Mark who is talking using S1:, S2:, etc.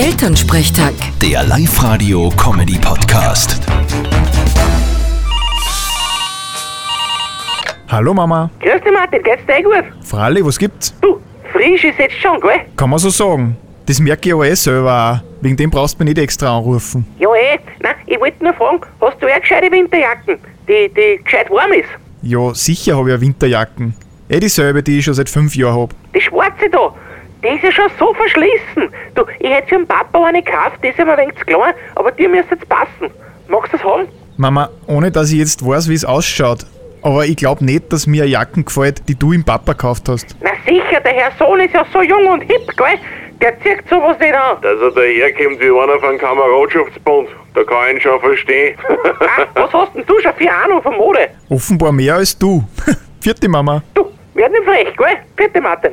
S1: Elternsprechtag.
S2: Der Live-Radio-Comedy-Podcast.
S3: Hallo Mama.
S4: Grüß dich, Martin, geht's dir gut?
S3: Fralli, was gibt's?
S4: Du, frisch ist jetzt schon, gell?
S3: Kann man so sagen. Das merke ich aber eh selber auch. Wegen dem brauchst du mich nicht extra anrufen.
S4: Ja, eh. Nein, ich wollte nur fragen, hast du eh gescheite Winterjacken, die, die gescheit warm ist?
S3: Ja, sicher habe ich ja Winterjacken. Eh dieselbe, die ich schon seit fünf Jahren habe.
S4: Die schwarze da, die ist ja schon so verschlissen. Du, ich hätte für den Papa eine gekauft, die ist aber ein wenig zu klein, aber die müsste jetzt passen. Magst du das haben?
S3: Mama, ohne dass ich jetzt weiß, wie es ausschaut. Aber ich glaube nicht, dass mir eine Jacken gefällt, die du im Papa gekauft hast.
S4: Na sicher, der Herr Sohn ist ja so jung und hip, gell? Der zieht sowas nicht an.
S5: Dass er daherkommt wie einer von Kameradschaftsbund, da kann ich ihn schon verstehen.
S4: Ah, was hast denn du schon für eine Ahnung von Mode?
S3: Offenbar mehr als du. Vierte Mama.
S4: Du, werd nicht frech, gell? Bitte, Martin.